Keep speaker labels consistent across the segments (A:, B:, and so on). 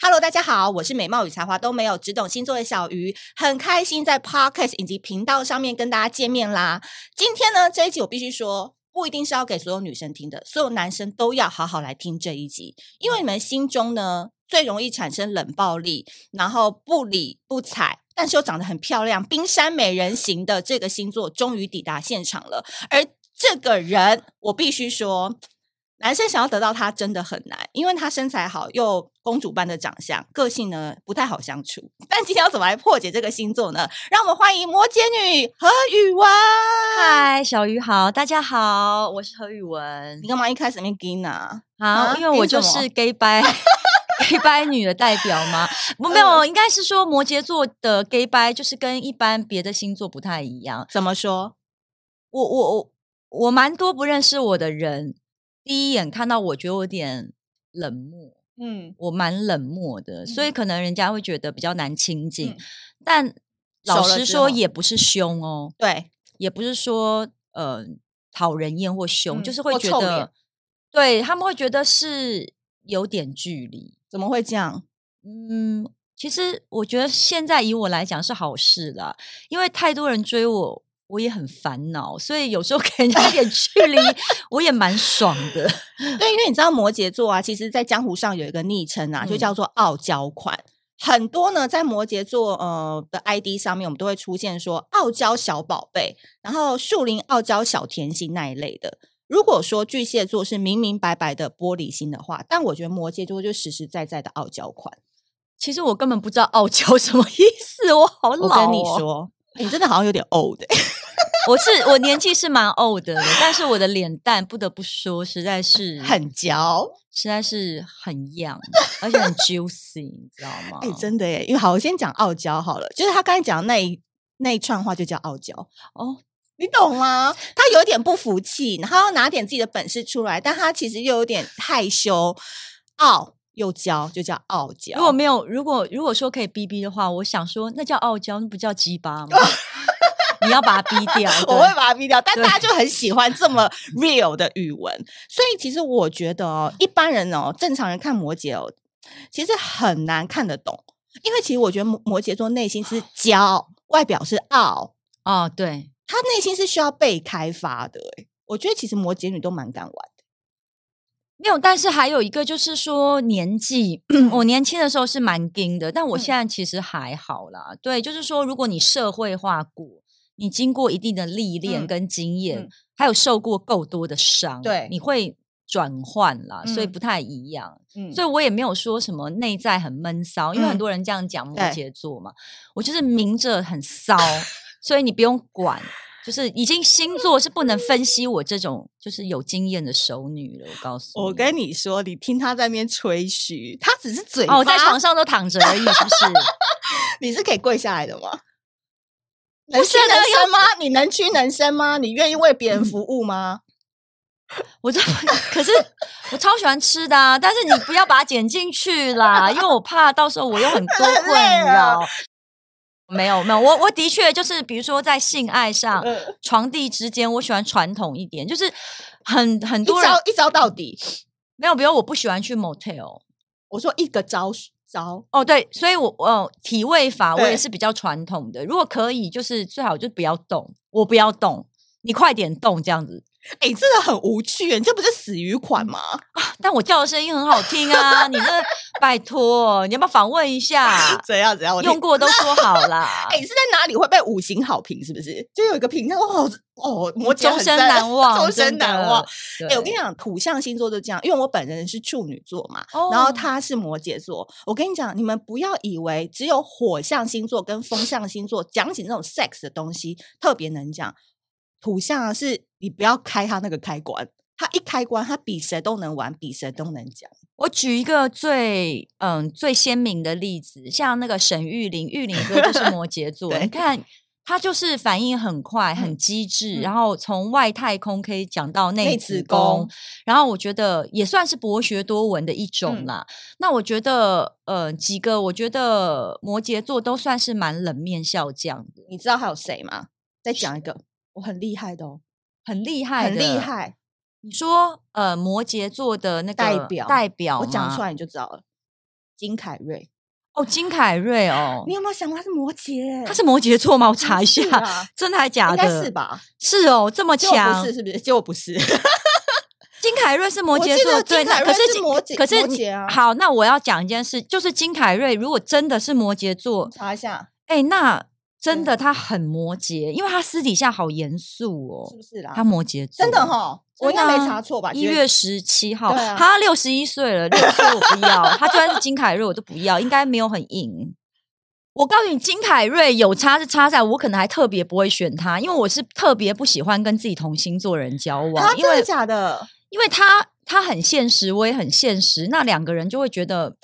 A: Hello，大家好，我是美貌与才华都没有，只懂星座的小鱼，很开心在 Podcast 以及频道上面跟大家见面啦。今天呢，这一集我必须说，不一定是要给所有女生听的，所有男生都要好好来听这一集，因为你们心中呢最容易产生冷暴力，然后不理不睬。但是又长得很漂亮，冰山美人型的这个星座终于抵达现场了。而这个人，我必须说，男生想要得到她真的很难，因为她身材好，又公主般的长相，个性呢不太好相处。但今天要怎么来破解这个星座呢？让我们欢迎摩羯女何雨文。
B: 嗨，小鱼好，大家好，我是何宇文
A: 你。干嘛一开始面 Gina？
B: 啊，因为
A: 你
B: 我
A: 怎
B: 就
A: 么
B: 是 gay 掰 gay 掰女的代表吗？不，
A: 嗯
B: 没有，应该是说摩羯座的 gay 掰就是跟一般别的星座不太一样。
A: 怎么说？
B: 我我我我蛮多不认识我的人，第一眼看到我觉得我有点冷漠。
A: 嗯，
B: 我蛮冷漠的，所以
A: 嗯
B: 可能人家会觉得比较难亲近。
A: 嗯
B: 但老
A: 熟了
B: 实
A: 之
B: 说，
A: 后
B: 也不是凶哦，
A: 对，
B: 也不是说呃讨人厌或凶，
A: 嗯
B: 就是
A: 或
B: 会觉
A: 臭脸
B: 得，对他们会觉得是有点距离。
A: 怎么会这样？
B: 嗯，其实我觉得现在以我来讲是好事啦，因为太多人追我。我也很烦恼，所以有时候 给人家一点距离，我也蛮爽的。
A: 对，因为你知道摩羯座啊，其实在江湖上有一个昵称啊，就
B: 嗯
A: 叫做傲娇款。很多呢，在摩羯座呃的 ID 上面，我们都会出现说傲娇小宝贝，然后树林傲娇小甜心那一类的。如果说巨蟹座是明明白白的玻璃心的话，但我觉得摩羯座就实实在在的傲娇款。
B: 其实我根本不知道傲娇 什么意思，我好老、
A: 我
B: 哦。
A: 跟你说，你真的好像有点 old 欸、
B: 我是我年纪是蛮 old 的，但是我的脸蛋不得不说，实在是
A: 很娇。
B: 实在是很 young，而且很 juicy，你知道吗？
A: 哎、真的耶！因为好，我先讲傲娇好了，就是他刚才讲的那一那一串话就叫傲娇。
B: 哦，
A: 你懂吗？他有点不服气，然后要拿点自己的本事出来，但他其实又有点害羞、傲又娇，就叫傲娇。
B: 如果没有，如果如果说可以逼逼的话，我想说那叫傲娇，那不叫鸡 巴吗？你要把它逼掉，
A: 我
B: 对
A: 会把它逼掉，但
B: 对
A: 大家就很喜欢这 么 real 的语文，所以其实我觉得哦，一般人哦，正常人看摩羯哦，其实很难看得懂，因为其实我觉得摩摩羯座内心
B: 啊
A: 是骄，外表是傲，
B: 哦，对，
A: 他内心是需要被开发的欸。我觉得其实摩羯女都蛮敢玩的，
B: 没有。但是还有一个就是说年纪，嗯我年轻的时候是蛮硬的，但
A: 嗯
B: 我现在其实还好啦。对，就是说如果你社会化过，你经过一定的历练
A: 嗯
B: 跟经验，
A: 嗯
B: 还有受过够多的伤，
A: 对
B: 你会转换啦，所以
A: 嗯
B: 不太一样。
A: 嗯
B: 所以我也没有说什么内在很闷骚，因为很
A: 嗯
B: 多人这样讲摩
A: 对
B: 羯座嘛，我就是明着很骚，所以你不用管，就是已经星座是不能分析我这种就是有经验的熟女了，我告诉你。
A: 我跟你说，你听他在那边吹嘘，他只是嘴巴。
B: 哦，我在床上都躺着而已，是不是？
A: 你是可以跪下来的吗？能
B: 不
A: 屈
B: 是的嗯
A: 能伸吗？你能屈能伸吗？你愿意为别人服务吗？
B: 我这可是我超喜欢吃的啊，但是你不要把它剪进去啦，因为我怕到时候我有很多
A: 很 累
B: 困
A: 啊
B: 扰。没有没有，我我的确就是，比如说在性爱上
A: 嗯，
B: 床地之间，我喜欢传统一点，就是很很
A: 一
B: 多人
A: 招一招到底。
B: 没有，比如我不喜欢去 motel
A: 我说一个招招，
B: 哦，对，所以我哦体位法我
A: 对
B: 也是比较传统的，如果可以，就是最好就不要动，我不要动，你快点动这样子，
A: 哎、真的很无趣，你这不是死鱼款吗？？
B: 但我叫的声音很好听啊！你这拜托，你要不要访问一下
A: 怎样怎样？我听
B: 用。过都说好啦
A: 哎、，是在哪里会被五星好评？是不是？就有一个评价，哦哦，摩羯
B: 嗯终
A: 很
B: 身
A: 赞
B: 难忘，
A: 终身
B: 真的
A: 难忘。。
B: 对
A: 哎、我跟你讲，土象星座都这样，因为我本人是处女座嘛，
B: 哦
A: 然后他是摩羯座。我跟你讲，你们不要以为只有火象星座跟风象星座讲起那种 sex 的东西特别能讲，土象啊是你不要开他那个开关，他一开关，他比谁都能玩，比谁都能讲。
B: 我举一个最嗯最鲜明的例子，像那个沈玉琳，玉琳哥就是 摩羯座，
A: 对嗯
B: 你看。他就是反应很快、很机智，然后从外太空可以讲到
A: 内
B: 内
A: 子
B: 子
A: 宫
B: 宫，然后我觉得也算是博学多闻的一
A: 嗯
B: 种啦。那我觉得，呃，几个我觉得摩羯座都算是蛮冷面笑匠的，
A: 你知道还有谁吗？再讲一个，我很厉害的哦，
B: 很厉害，
A: 很厉。害，
B: 你说，呃，摩羯座的那个
A: 代表
B: 代表
A: 我讲
B: 吗
A: 出来你就知道了。金凯瑞，
B: 哦，金凯瑞哦
A: 你，有没有想过他是摩羯？
B: 他是摩羯座吗？我查一下，
A: 是啊
B: 真的还假
A: 应
B: 的？
A: 该是？吧？
B: 是哦，这么
A: 结果不
B: 强
A: 是，。是不是？结果不是。
B: 金凯瑞是摩
A: 我
B: 羯
A: 记
B: 座，
A: 得
B: 对，
A: 金
B: 那
A: 凯
B: 可
A: 瑞
B: 是
A: 是
B: 金
A: 摩羯
B: 可是
A: 摩
B: 你
A: 羯啊
B: 好，那我要讲一件事，就是金凯瑞如果真的是摩羯座，
A: 查一下，
B: 哎，那真的
A: 嗯
B: 他很摩羯，因为他私底下好严肃
A: 是
B: 哦
A: 不，是啦？
B: 他摩羯座
A: 真的哈，我应该没查错吧？
B: 啊一
A: 觉得
B: 月十七号，
A: 啊对啊
B: 他六十一岁了，六岁我不要，他就算是金凯瑞我都不要，应该没有很硬。我告诉你，金凯瑞有差是差在我可能还特别不会选他，因为我是特别不喜欢跟自己同星座的人交
A: 啊，
B: 往，因
A: 真的
B: 为
A: 假的？
B: 因为他他很现实，我也很现实，那两个人就会觉得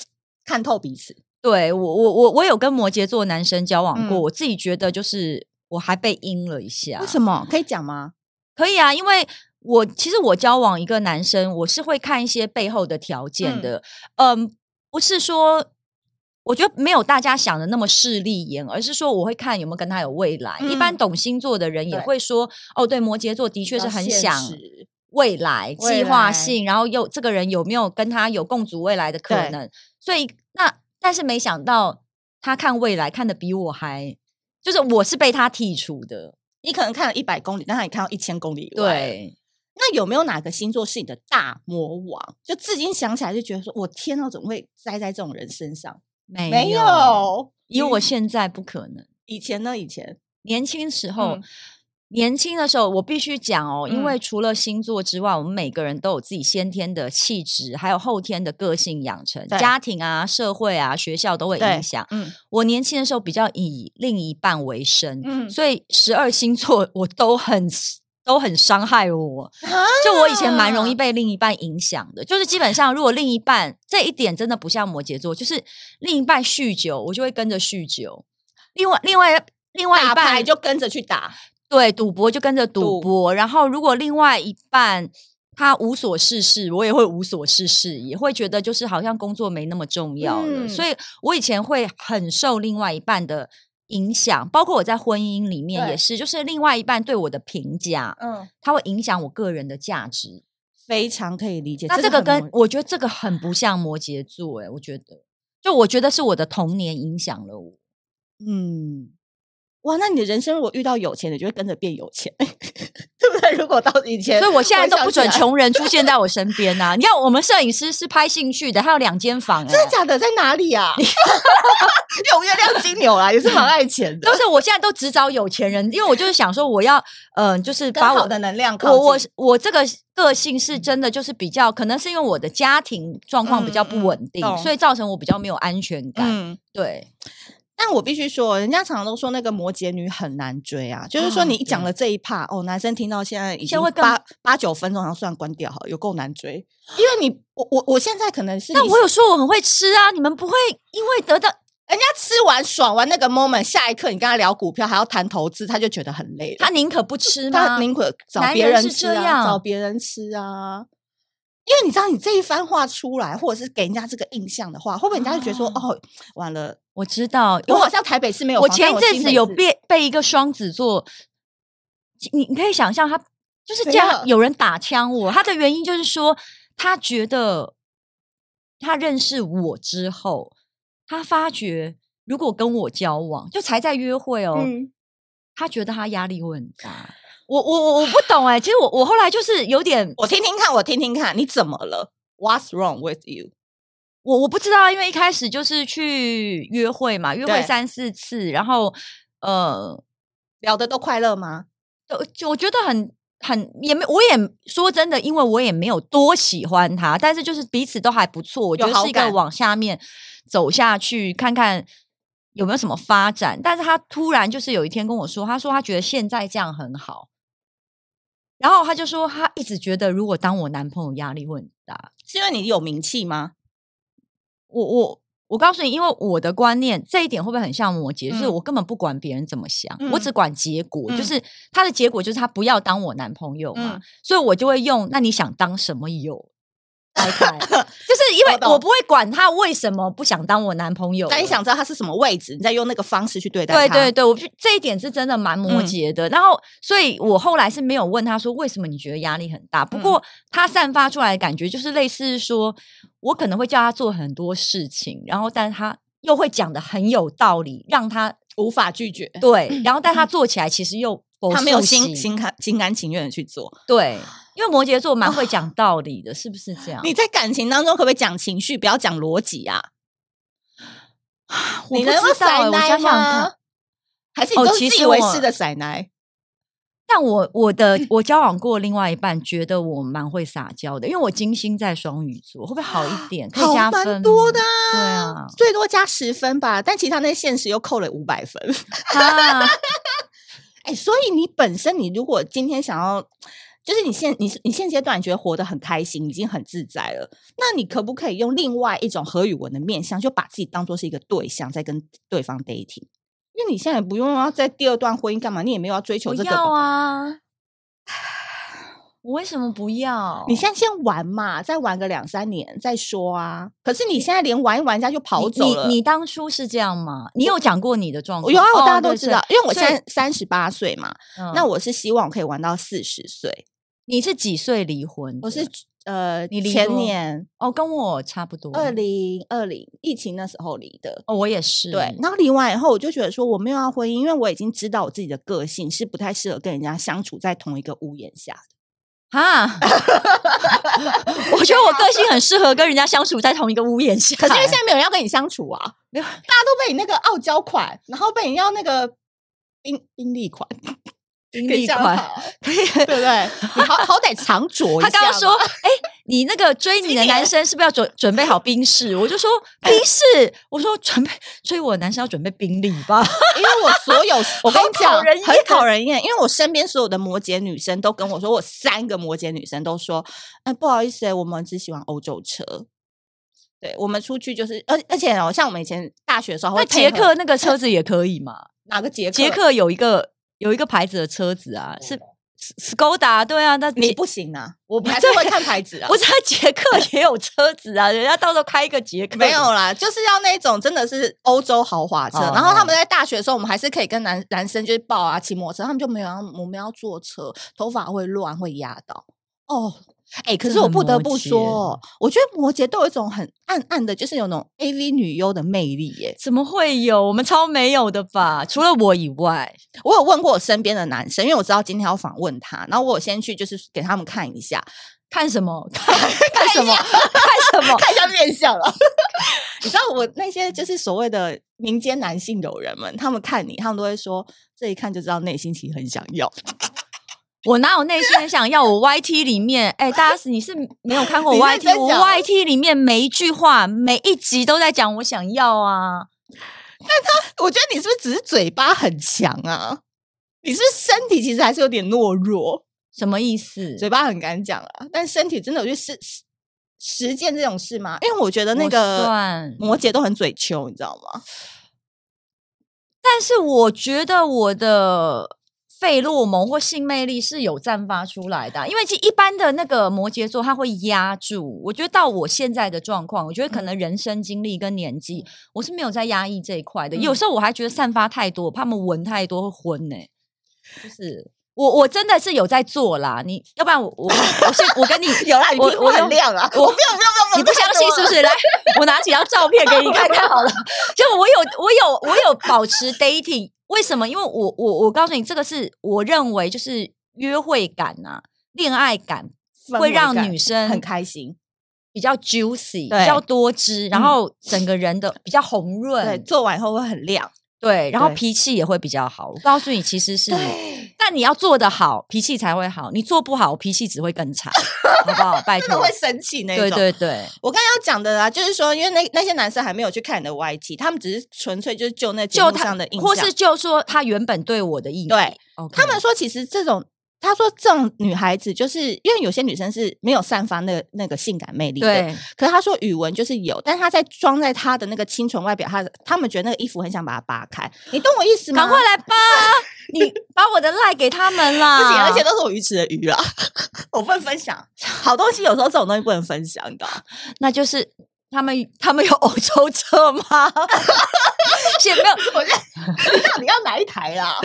A: 看透彼此，
B: 对我，我我我有跟摩羯座男生交往过，
A: 嗯
B: 我自己觉得就是我还被阴了一下。
A: 为什么可以讲吗？
B: 可以啊，因为我其实我交往一个男生，我是会看一些背后的条件的，嗯不是说。我觉得没有大家想的那么势利眼，而是说我会看有没有跟他有未来。一般
A: 嗯
B: 懂星座的人也
A: 对
B: 会说，哦，对，摩羯座的 确
A: 比
B: 是
A: 较
B: 很
A: 现
B: 想
A: 实
B: 未来、
A: 未
B: 计划
A: 来
B: 性，然后又这个人有没有跟他有共组未来的可
A: 对
B: 能？所以那但是没想到他看未来看的比我还，就是我是被他剔除的。
A: 你可能看了一百公里，但他也看到一千公里以外。，
B: 对，
A: 那有没有哪个星座是你的大魔王？就至今想起来就觉得说，我天啊，我怎么会栽在这种人身上？
B: 没
A: 没
B: 有，
A: 有，
B: 以我现在不可能。
A: 以前呢？以前
B: 年轻时候，
A: 嗯
B: 年轻的时候，我必须讲哦，因为
A: 嗯
B: 除了星座之外，我们每个人都有自己先天的气质，还有后天的个性养成，
A: 对
B: 家庭啊、社会啊、学校都会
A: 对
B: 影响。
A: 嗯，
B: 我年轻的时候比较以另一半为生，
A: 嗯
B: 所以十二星座 我都很都很伤害我。
A: 啊
B: 就我以前蛮容易被另一半影响的，就是基本上如果另一半这一点真的不像摩羯座，就是另一半酗酒，我就会跟着酗酒；另外另外另外一
A: 打牌
B: 半
A: 就跟着去打，
B: 对赌博就跟着赌
A: 赌
B: 博，然后如果另外一半。他无所事事，我也会无所事事，也会觉得就是好像工作没那么重要了。
A: 嗯
B: 所以我以前会很受另外一半的影响，包括我在婚姻里面
A: 对
B: 也是，就是另外一半对我的评价，
A: 嗯，
B: 它会影响我个人的价值
A: 非常可以理解。
B: 那这个
A: 很
B: 跟
A: 摩
B: 我觉得这个很不像摩羯座、欸，我觉得，就我觉得是我的童年影响了我。
A: 嗯，哇，那你的人生如果遇到有钱的，你就会跟着变有钱， 对不对？如果到以前，
B: 所以我现在都不准
A: 想起来，
B: 穷人 出现在我身边啊呐、你看，我们摄影师是拍兴趣的，他有两间房、欸，
A: 真的假的？在哪里啊？ 有月亮金牛啊啦，也是蛮爱钱的
B: 都，是我现在都只找有钱人，因为我就是想说，我要嗯、呃就是
A: 跟
B: 把
A: 好
B: 我
A: 的能量靠
B: 我我
A: 近
B: 我这个个性是真的，就是比较可能是因为我的家庭状况比较不
A: 嗯嗯
B: 稳定，
A: 懂
B: 所以造成我比较没有安全感。
A: 嗯。
B: 对，
A: 但我必须说，人家常常都说那个摩羯女很难追啊，就是说
B: 啊
A: 你一讲
B: 对
A: 了这一趴，哦，男生听到现在已
B: 现在
A: 经
B: 会更
A: 八八九分钟，然后算关掉好了，有够难追。因为你，我我我现在可能是
B: 但
A: 你
B: 我有说我很会吃啊，你们不会因为得到
A: 人家吃完爽完那个 moment，下一刻你跟他聊股票还要谈投资，他就觉得很累了。
B: 他宁可不吃
A: 他
B: 吗？
A: 宁可找
B: 男
A: 别
B: 人
A: 人
B: 是
A: 吃
B: 这
A: 啊，找
B: 样
A: 别人吃啊。因为你知道，你这一番话出来，或者是给人家这个印象的话，会不会人家就觉得说，
B: 啊
A: 哦，完了，
B: 我知道，
A: 我好像台北市没有
B: 我
A: 房但
B: 前一阵
A: 新
B: 子
A: 北
B: 有
A: 市
B: 被被一个双子座，你你可以想象他就是这
A: 怎
B: 样，
A: 样
B: 有人打枪我，他的原因就是说他觉得他认识我之后，他发觉如果跟我交往，就才在约会哦，
A: 嗯，
B: 他觉得他压力会很大。我我我我不懂哎、其实我我后来就是有点
A: 我听听看，我听听看，你怎么了？What's wrong with you？
B: 我我不知道，因为一开始就是去约会嘛，约会
A: 对
B: 三四次，然后呃，
A: 聊的都快乐吗？
B: 呃就我觉得很很也没，我也说真的，因为我也没有多喜欢他，但是就是彼此都还不错，我觉
A: 有
B: 得
A: 好
B: 是一个
A: 感
B: 往下面走下去看看有没有什么发展。但是他突然就是有一天跟我说，他说他觉得现在这样很好，然后他就说他一直觉得如果当我男朋友压力会很大，
A: 是因为你有名气吗？
B: 我我。我告诉你，因为我的观念这一点会不会很像摩羯？就是
A: 嗯
B: 我根本不管别人怎么想，我
A: 嗯
B: 只管结果，就
A: 嗯
B: 是他的结果就是他不要当我男朋友嘛。
A: 嗯
B: 所以我就会用，那你想当什么有？掰开，就是因
A: 我
B: 为
A: 懂
B: 我不会管他为什么不想当我男朋友了。
A: 但你想知道他是什么位置，你再用那个方式去对待
B: 对
A: 他。
B: 对对，我就这一点是真的蛮摩
A: 嗯
B: 羯的。然后，所以我后来是没有问他说为什么你觉得压力很大。
A: 嗯
B: 不过他散发出来的感觉就是类似说，我可能会叫他做很多事情，然后但他又会讲的很有道理，让他
A: 无法拒绝。
B: 对，然后但他做起来其实又不
A: 嗯他没有
B: 受
A: 心
B: 喜
A: 心甘心甘情愿的去做。
B: 对，因为摩羯座蛮会讲道理的，是不是这样？
A: 啊你在感情当中可不可以讲情绪，不要讲逻辑啊？
B: 我
A: 你
B: 不
A: 能够
B: 知道欸
A: 塞
B: 我
A: 奶
B: 想想
A: 吗
B: 看
A: 还是
B: 哦
A: 你都是
B: 其
A: 自
B: 实
A: 以为
B: 我
A: 是的甩奶？
B: 但我我的
A: 嗯
B: 我交往过另外一半，觉得我蛮会撒娇的，因为我金星在双鱼座，会不会好一点？可以
A: 啊好
B: 加
A: 蛮
B: 分哦
A: 多的
B: 吗对
A: 啊
B: 啊，
A: 最多加十分吧，但其他那现实又扣了五百分。
B: 啊，
A: 哎、所以你本身你如果今天想要，就是你现你你现阶段你觉得活得很开心，已经很自在了，那你可不可以用另外一种何宇文的面向，就把自己当做是一个对象，在跟对方 dating？因为你现在也不用要在第二段婚姻干嘛，你也没有要追 求
B: 不
A: 这个
B: 要
A: 吧。
B: 啊！我为什么不要？
A: 你现在先玩嘛，再玩个两三年再说啊。可是你现在连玩一玩人家就跑
B: 你
A: 走了，
B: 你你当初是这样吗？你有讲过你的状况？
A: 有啊，我
B: 哦
A: 大家都
B: 对
A: 知
B: 对
A: 道，因为我
B: 所以
A: 现在三十八岁嘛，
B: 嗯
A: 那我是希望我可以玩到四十岁。
B: 你是几岁离婚的？
A: 我是呃
B: 你离
A: 前
B: 多
A: 年
B: 哦，跟我差不多。
A: 二零二零疫情那时候离的。
B: 哦，我也是。
A: 对，然后离完以后，我就觉得说我没有要婚姻，因为我已经知道我自己的个性是不太适合跟人家相处在同一个屋檐下的。
B: 哈， 我觉得我个性很适合跟人家相处在同一个屋檐下。
A: 可是因为现在没有人要跟你相处啊，
B: 没有
A: 大家都被你那个傲娇款，然后被你要那个宾宾利款，
B: 宾
A: 可以
B: 利
A: 这样
B: 款
A: 好对不对？你好 好歹藏拙一下
B: 他
A: 嘛。
B: 刚刚说：“哎、你那个追你的男生是不是要准准备好冰室？”我 就说：“
A: 哎
B: 冰室。”我说：“准备追我的男生要准备宾利吧。
A: 因为我所有， 我跟你
B: 好
A: 讲
B: 讨人，厌
A: 很讨人厌。因为我身边所有的摩羯女生都跟我说，我三个摩羯女生都说，哎，不好意思、我们只喜欢欧洲车。对我们出去就是，而而且哦，像我们以前大学的时候”还
B: 那
A: 会
B: 捷
A: 配合，
B: 克那个车子也可以 嘛？
A: 哪个捷克？
B: 捷克有一个有一个牌子的车子啊，是 S- Skoda，对啊，那
A: 哦你
B: 捷
A: 不行啊，我还是会看牌子 啊
B: 不。是啊捷克也有车子啊，人家到时候开一个捷 克
A: 没有啦，就是要那种真的是欧洲豪华车。
B: 哦
A: 然后他们在大学的时候，我们还是可以跟男男生就是抱啊，骑摩托车，他们就没有要我们要坐车，头发会乱，会压到。哦，哎、可
B: 这
A: 是我
B: 很
A: 不得
B: 摩
A: 不
B: 羯欸
A: 说哦，我觉得摩羯都有一种很暗暗的，就是有那种 A V 女优的魅力耶。
B: 怎么会有？我们超没有的吧？除了我以外，
A: 我有问过我身边的男生，因为我知道今天要访问他，然后我有先去就是给他们看一下，
B: 看什么？ 看看什么？ 看什么？
A: 看一下面相啊了。 你知道我那些就是所谓的民间男性友人们，他们看你，他们都会说，这一看就知道内心其实很想要。
B: 我哪有内心很想要？我 YT 里面，哎、大家是你是没有看过 我
A: 你认
B: YT，
A: 真
B: 我
A: 讲
B: YT 里面每一句话、每一集都在讲我想要啊。
A: 我觉得你是不是只是嘴巴很强啊？你是不是身体其实还是有点懦弱？
B: 什么意思？
A: 嘴巴很敢讲啊，但身体真的有去实实实践这种事吗？因为我觉得那
B: 我
A: 个
B: 算，
A: 摩羯都很嘴求，你知道吗？
B: 但是我觉得我的费洛蒙或性魅力是有散发出来的啊、因为其实一般的那个摩羯座他会压住。我觉得到我现在的状况，我觉得可能人生经历跟年纪，我是没有在压抑这一块的。有时候我还觉得散发太多，我怕他们闻太多会昏呢、就是。我我真的是有在做啦，你要不然我我我是我跟你
A: 有啦，你
B: 我
A: 皮肤
B: 我
A: 很
B: 用
A: 亮 啊！
B: 我
A: 不要不要不要，啊
B: 你不相信是不是？来，我拿几张照片给你看 看好了。就我有，我有，我有保持 dating，为什么？因为我我我告诉你，这个是我认为就是约会感啊，恋爱感
A: 氛
B: 会
A: 围
B: 让
A: 感
B: 女生
A: 很开心？
B: 比较 juicy，
A: 对
B: 比较多汁，然
A: 嗯
B: 后整个人的比较红
A: 对，
B: 润，
A: 做完以后会很亮。
B: 对，然后
A: 对
B: 脾气也会比较好。我告诉你，其实是。
A: 嗯
B: 但你要做得好，脾气才会好。你做不好，脾气只会更差，好不好？拜
A: 真的
B: 托
A: 会，生气那种。
B: 对对对，
A: 我刚刚要讲的啊，就是说，因为那那些男生还没有去看你的 YT，他们只是纯粹就是就那节
B: 就
A: 目
B: 他
A: 上的印，象，
B: 或是嗯就说他原本对我的意义，
A: 对
B: OK，
A: 他们说，其实这种他说这种女孩子，就是因为有些女生是没有散发那个那个性感魅力的，
B: 对
A: 可是他说语文就是有，但他在装在 他的那个清纯外表，他他们觉得那个衣服很想把它扒开，你懂我意思吗？
B: 赶快来吧，你把我的赖给他们啦！
A: 不行，而且都是我鱼池的鱼啊， 我不能分享。 好东西有时候这种东西不能分享，你知道吗？
B: 那就是他们他们有欧洲车吗？ 写没 有，
A: 我现在到底要哪一台 啦？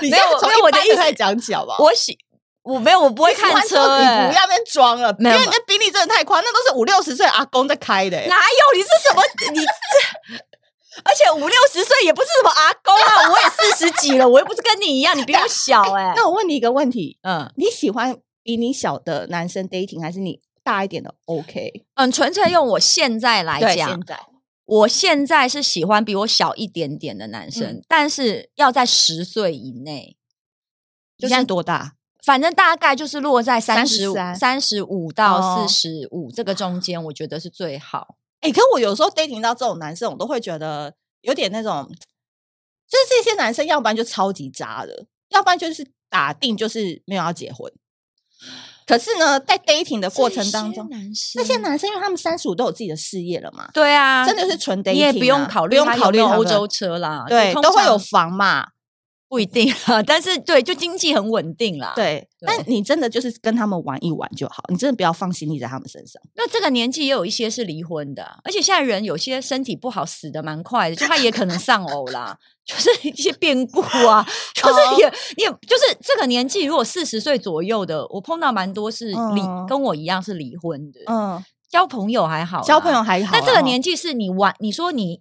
A: 你
B: 没
A: 现在
B: 有
A: 从
B: 没有我的
A: 一般
B: 意思
A: 开始讲起好不好？
B: 我喜我没有，我不会
A: 你喜欢
B: 看
A: 车
B: 车、
A: 你
B: 欸，
A: 不要那边装了，因
B: 没有
A: 为你的比例真的太夸张，那都是五六十岁的阿公在开的、欸。
B: 哪有？你是什么？ 你这，而且五六十岁也不是什么阿公 啊，我也四十几了，我又不是跟你一样，你比我小哎、
A: 那我问你一个问题，
B: 嗯
A: 你喜欢比你小的男生 dating，还是你大一点的 OK？
B: 嗯，纯粹用我现在来讲
A: 现，在
B: 我现在是喜欢比我小一点点的男生，但是要在十岁以内，
A: 你现在多大？
B: 反正大概就是落在三十五、
A: 33
B: 三十五到
A: 哦
B: 四十五这个中间，我觉得是最好。
A: 哎、可我有时候 dating 到这种男生，我都会觉得有点那种，就是这些男生，要不然就超级渣的，要不然就是打定就是没有要结婚。可是呢，在 dating 的过程当中，
B: 男生
A: 那些男生因为他们三十五都有自己的事业了嘛，
B: 嗯对啊，
A: 真的是纯 dating，、啊
B: 你也不用考虑
A: 不用
B: 他有
A: 考虑
B: 没有
A: 他
B: 欧
A: 的
B: 洲车啦，
A: 对，
B: 通
A: 都会
B: 常
A: 有房嘛，
B: 不一定啊，但是对，就经济很稳定啦。，
A: 对。但你真的就是跟他们玩一玩就好，你真的不要放心力在他们身上。
B: 那这个年纪也有一些是离婚的啊，而且现在人有些身体不好死的蛮快的，就他也可能丧偶啦， 就是一些变故 啊，
A: 哦
B: 就是也、也就是这个年纪，如果四十岁左右的，我碰到蛮多是离、
A: 嗯
B: 跟我一样是离婚的，
A: 嗯，
B: 交朋友还好啦，
A: 交朋友还好啦。
B: 那这个
A: 哦
B: 年纪是你玩，你说你，嗯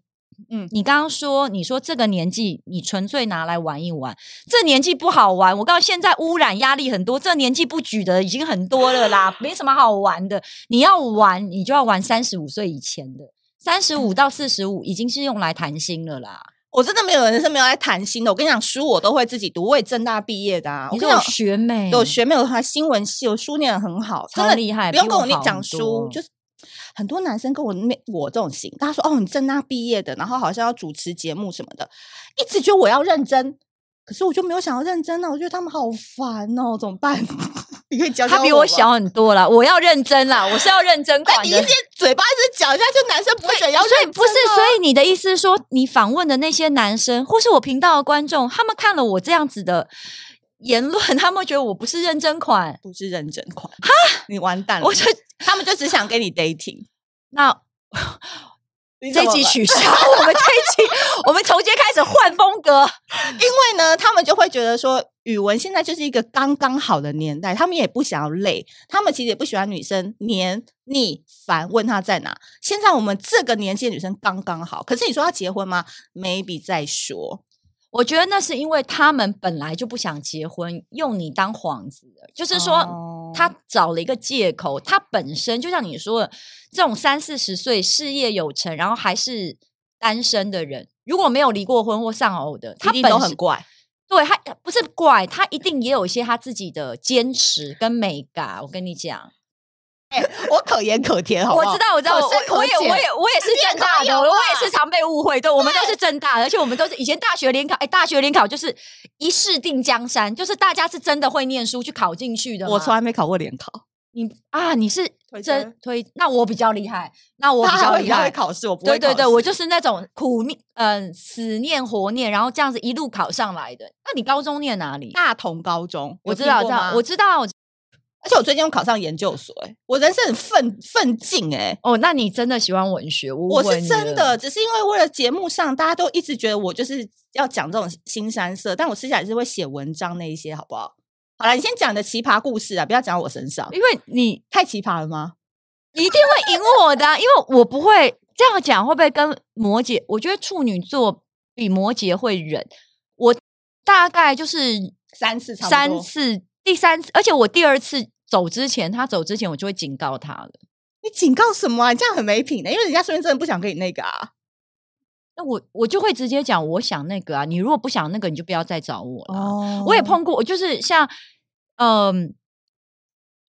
A: 嗯，
B: 你刚刚说你说这个年纪你纯粹拿来玩一玩，这年纪不好玩。我告诉你现在污染压力很多，这年纪不举的已经很多了啦，没什么好玩的。你要玩，你就要玩三十五岁以前的，三十五到四十五已经是用来谈心了啦。
A: 我真的没有人是没有在谈心的。我跟你讲，书我都会自己读，我也正大毕业的啊。
B: 你
A: 我
B: 是
A: 跟
B: 我
A: 你
B: 学妹，
A: 讲，我学妹有她新闻系，我书念的很好，真
B: 超
A: 的
B: 厉害，
A: 不用
B: 哎比
A: 跟
B: 我
A: 我念
B: 好
A: 讲
B: 很
A: 书
B: 多，
A: 就是很多男生跟我面我这种型，他说哦，你正大毕业的，然后好像要主持节目什么的，一直觉得我要认真，可是我就没有想要认真啊，我觉得他们好烦哦，怎么办？ 你可以教教
B: 她比
A: 我
B: 我
A: 吗。
B: 小很多啦，我要认真啦，我是要认 真
A: 但
B: 款
A: 你一
B: 的
A: 直。嘴巴一直讲一下，就男生不会觉得要认
B: 所以
A: 真、啊、
B: 不是，所以你的意思是说，你访问的那些男生，或是我频道的观众，他们看了我这样子的言论，他们会觉得我不是认真款，
A: 不是认真款，哈，你完蛋了，
B: 我就
A: 他们就只想跟你 dating。
B: 那
A: 你怎
B: 这一
A: 么
B: 集
A: 了
B: 取消，我们这一集， 我们从今天开始换风格。
A: 因为呢，他们就会觉得说，语文现在就是一个刚刚好的年代，他们也不想要累，他们其实也不喜欢女生黏腻烦，问她在哪。现在我们这个年纪的女生刚刚好，可是你说要结婚吗？maybe 再说。
B: 我觉得那是因为他们本来就不想结婚，用你当幌子了，就是
A: 哦
B: 说他找了一个借口。他本身就像你说的，这种三四十岁事业有成，然后还是单身的人，如果没有离过婚或丧偶的，他
A: 他
B: 本
A: 定都
B: 身
A: 很怪，
B: 对他不是怪，他一定也有一些他自己的坚持跟美感。我跟你讲，
A: 我可盐可甜，好不
B: 我
A: 好？
B: 知道，我知道，我
A: 可深
B: 我我
A: 可
B: 也我
A: 浅
B: 也我也是正大
A: 你也
B: 的，
A: 可
B: 我
A: 以吧
B: 也是常被误会。对，我们都是正大的，而且我们都是以前大学联考，哎，大学联考就是一试定江山，就是大家是真的会念书去考进去的嘛。
A: 我从来没考过联考，
B: 你啊，你是
A: 推
B: 真推，那我比较厉害，那我比
A: 他还
B: 较
A: 会
B: 厉
A: 他会
B: 害。
A: 考试，我不
B: 对
A: 会。
B: 对对，我就是那种苦念，嗯、死念活念，然后这样子一路考上来的。那你高中念哪里？
A: 大同高中，
B: 我
A: 有
B: 知
A: 听
B: 道，
A: 过
B: 知道
A: 吗，
B: 我知道，
A: 而且我最近又考上研究所、欸，我人生很奋奋进哎、
B: 哦，那你真的喜欢文学？我
A: 我
B: 问
A: 是
B: 你
A: 真
B: 了
A: 的，只是因为为了节目上，大家都一直觉得我就是要讲这种新山色，但我私下也是会写文章那一些，好不好？好了，你先讲你的奇葩故事啊，不要讲我身上，
B: 因为你
A: 太奇葩了吗？
B: 一定会赢我的啊、因为我不会这样讲，会不会跟摩羯？我觉得处女座比摩羯会忍。我大概就是
A: 三次差不
B: 三
A: 多
B: 次，第三次，而且我第二次走之前，他走之前，我就会警告他了。
A: 你警告什么啊？你这样很没品的、因为人家说明真的不想跟你那个啊。
B: 那我我就会直接讲，我想那个啊，你如果不想那个，你就不要再找我了啊。
A: 哦
B: 我也碰过，就是像，嗯，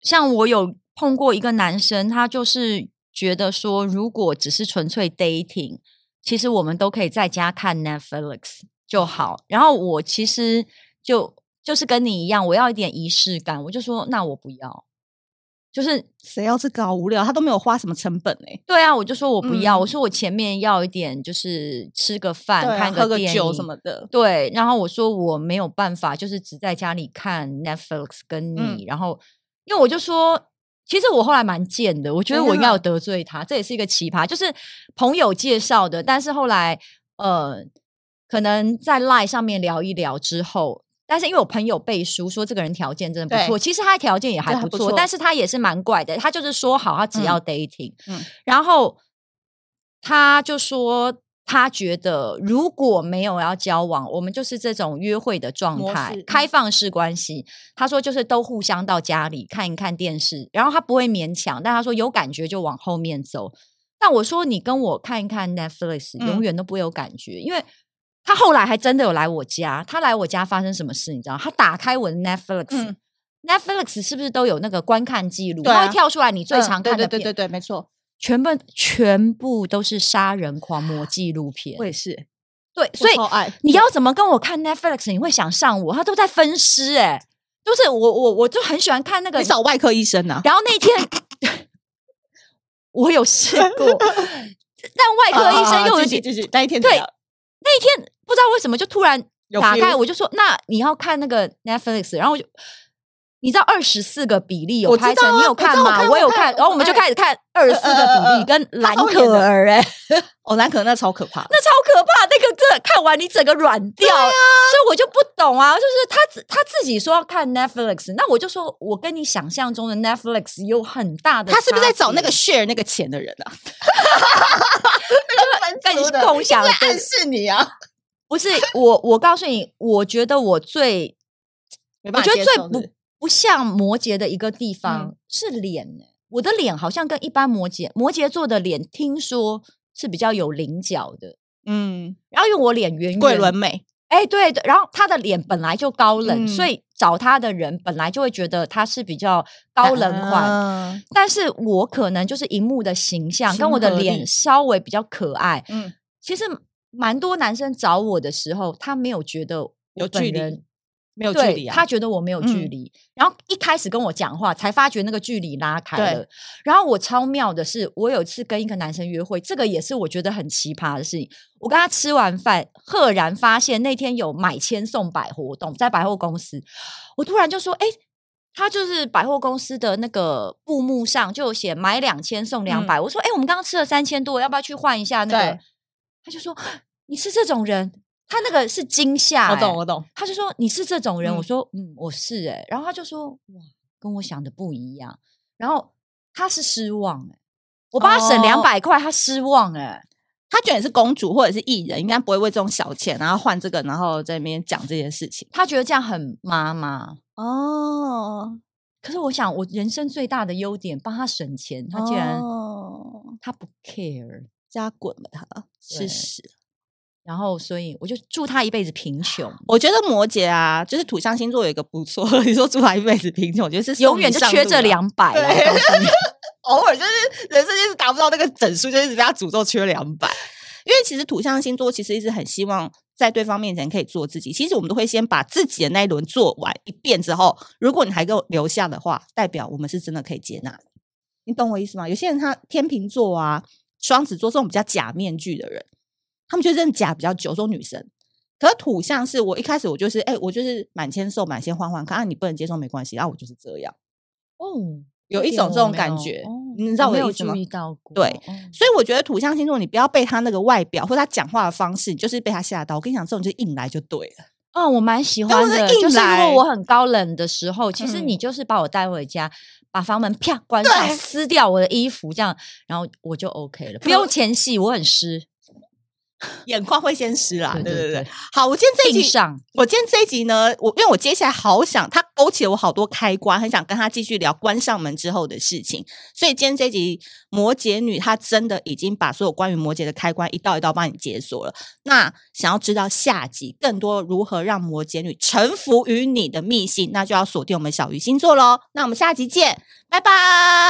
B: 像我有碰过一个男生，他就是觉得说，如果只是纯粹 dating，其实我们都可以在家看 Netflix 就好。然后我其实就就是跟你一样，我要一点仪式感，我就说那我不要。就是
A: 谁要这个好无聊，他都没有花什么成本哎、
B: 对啊，我就说我不要，
A: 嗯
B: 我说我前面要一点，就是吃个饭、
A: 对啊
B: 看
A: 喝个
B: 电影
A: 酒什么的，
B: 对，然后我说我没有办法，就是只在家里看 Netflix 跟你，
A: 嗯
B: 然后因为我就说，其实我后来蛮贱的，我觉
A: 哎
B: 得我
A: 真
B: 应
A: 的
B: 该有得罪他，这也是一个奇葩，就是朋友介绍的，但是后来呃，可能在 Line 上面聊一聊之后。但是因为我朋友背书说这个人条件真的不
A: 对
B: 错，其实他条件也还
A: 对还
B: 不
A: 不
B: 错，
A: 错
B: 但是他也是蛮怪的，他就是说好他只要 dating，、
A: 嗯
B: 然后他就说，他觉得如果没有要交往，我们就是这种约会的状
A: 模
B: 态
A: 式，嗯
B: 开放式关系。他说就是都互相到家里看一看电视，然后他不会勉强，但他说有感觉就往后面走。但我说你跟我看一看 Netflix，
A: 嗯
B: 永远都不会有感觉，因为。他后来还真的有来我家，他来我家发生什么事你知道？他打开我的 Netflix，、
A: 嗯
B: Netflix 是不是都有那个观看记录？
A: 对
B: 它
A: 啊
B: 会跳出来你最
A: 嗯
B: 常
A: 对
B: 看的片。
A: 对对对对，没错，
B: 全部全部都是杀人狂魔纪录片
A: 我。也是，
B: 对，
A: 我
B: 所以
A: 超爱
B: 你要怎么跟我看 Netflix？你会想上我？他都在分尸哎、就是我我我就很喜欢看那个
A: 你。找外科医生啊呐、
B: 然后那天 我有试 过，但外科医生又有
A: 继续
B: 点
A: 继续，那一天
B: 对
A: 怎样
B: 那一天不知道为什么就突然
A: 有
B: 打
A: feel
B: 开，我就说那你要看那个 Netflix，然后我就你知道二十四个比例有
A: 我知
B: 拍成，
A: 道啊
B: 你有
A: 我知道
B: 看
A: 我
B: 吗？
A: 看
B: 我
A: 我
B: 有
A: 看
B: 看，然后我们就
A: 我看
B: 开始看二十四
A: 呃呃
B: 个比
A: 呃
B: 例
A: 呃
B: 跟蓝
A: 超演
B: 可
A: 的
B: 儿哎、
A: 哦，那可能那超可怕的，
B: 那超可怕，那个真的看完你整个软掉，
A: 啊
B: 所以我就不懂啊，就是他自他自己说要看 Netflix，那我就说我跟你想象中的 Netflix 有很大的差
A: 他
B: 别，
A: 是不是在找那个 share 那个钱的 人啊？那
B: 跟
A: 个分
B: 你
A: 族的
B: 共享
A: 在
B: 的？
A: 暗示你啊，
B: 不是我，我告诉你，我觉得我最
A: 没
B: 我
A: 办法
B: 觉得
A: 接
B: 最
A: 受
B: 不
A: 是嗯
B: 不像摩羯的一个地方、是脸、欸，我的脸好像跟一般摩羯摩羯座的脸，听说是比较有棱角的。
A: 嗯，
B: 然后因为我脸圆圆
A: 桂纶镁，
B: 哎，对对，然后他的脸本来就高冷，
A: 嗯
B: 所以找他的人本来就会觉得他是比较高冷款。
A: 啊
B: 但是我可能就是荧幕的形象跟
A: 亲
B: 我的
A: 和
B: 脸
A: 力
B: 稍微比较可爱。
A: 嗯，
B: 其实蛮多男生找我的时候，他没有觉得我
A: 有
B: 本
A: 距离
B: 人
A: 没有距
B: 对
A: 离啊，
B: 他觉得我没有距
A: 嗯
B: 离。然后一开始跟我讲话，才发觉那个距离拉开
A: 对
B: 了。然后我超妙的是，我有一次跟一个男生约会，这个也是我觉得很奇葩的事情。我跟他吃完饭，赫然发现那天有买千送百活动，在百货公司，我突然就说：“哎、他就是百货公司的那个布幕上就有写买两千送两百、我说：“哎、我们刚刚吃了三千多，要不要去换一下那个
A: 嗯对？”
B: 他就说：“ 你是这种人。”他那个是惊吓、
A: 我
B: 哎
A: 懂我懂，
B: 他就说你是这种人，
A: 嗯
B: 我说嗯我是哎、然后他就说哇跟我想的不一样，然后他是失望哎、我帮他省
A: 哦
B: 两百块，他失望哎、
A: 他觉得你是公主或者是艺人，应该不会为这种小钱然后换这个，然后在那边讲这件事情
B: 他觉得这样很妈妈。
A: 哦。
B: 可是我想我人生最大的优点帮他省钱，他
A: 他
B: 竟
A: 竟然
B: 然、
A: 哦
B: 他不 care，
A: 加滚吧他，事
B: 对
A: 实。
B: 然后所以我就祝他一辈子贫穷，
A: 我觉得摩羯啊，就是土象星座有一个不错， 你说出来一辈子贫穷，我觉得是
B: 永远就
A: 送你上
B: 缺
A: 路
B: 这
A: 啊，
B: 两百。
A: 对
B: 我告诉你
A: 偶尔就是人生就是达不到那个整数，就一直被他诅咒缺两百。 因为其实土象星座其实一直很希望在对方面前可以做自己，其实我们都会先把自己的那一轮做完一遍之后，如果你还给我留下的话，代表我们是真的可以接纳你，你懂我意思吗？有些人他天秤座啊、双子座这种比较假面具的人，他们就认假比较久，说女生。可是土象是我一开始我就是哎、我就是满千瘦满千换换看，啊你不能接受没关系，啊我就是这样。
B: 哦，
A: 有一
B: 点
A: 种
B: 我
A: 这种
B: 没
A: 感
B: 有
A: 觉
B: 哦
A: 你知道
B: 没
A: 我的
B: 有
A: 意思
B: 注
A: 吗
B: 意到过，
A: 对
B: 哦
A: 所以我觉得土象星座，你不要被他那个外表或他讲话的方式，你就是被他吓到。我跟你讲，这种就是硬来就对了。
B: 嗯，我蛮喜
A: 对我
B: 欢
A: 是
B: 的，
A: 硬
B: 就是如
A: 来
B: 果我很高冷的时候，其实
A: 嗯
B: 你就是把我带回家，把房门啪关上，
A: 对
B: 撕掉我的衣服，这样，然后我就 OK 了，不
A: 可
B: 用前戏，我很湿，
A: 眼眶会先湿啦，
B: 对
A: 啊对
B: 对
A: 对对
B: 对。
A: 好，我今天这
B: 硬
A: 一集，
B: 上，
A: 我今天这一集呢，我因为我接下来好想，他勾起了我好多开关，很想跟他继续聊关上门之后的事情。所以今天这一集摩羯女，她真的已经把所有关于摩羯的开关一道一道帮你解锁了。那想要知道下集更多如何让摩羯女臣服于你的秘信，那就要锁定我们小鱼星座喽。那我们下集见，拜拜。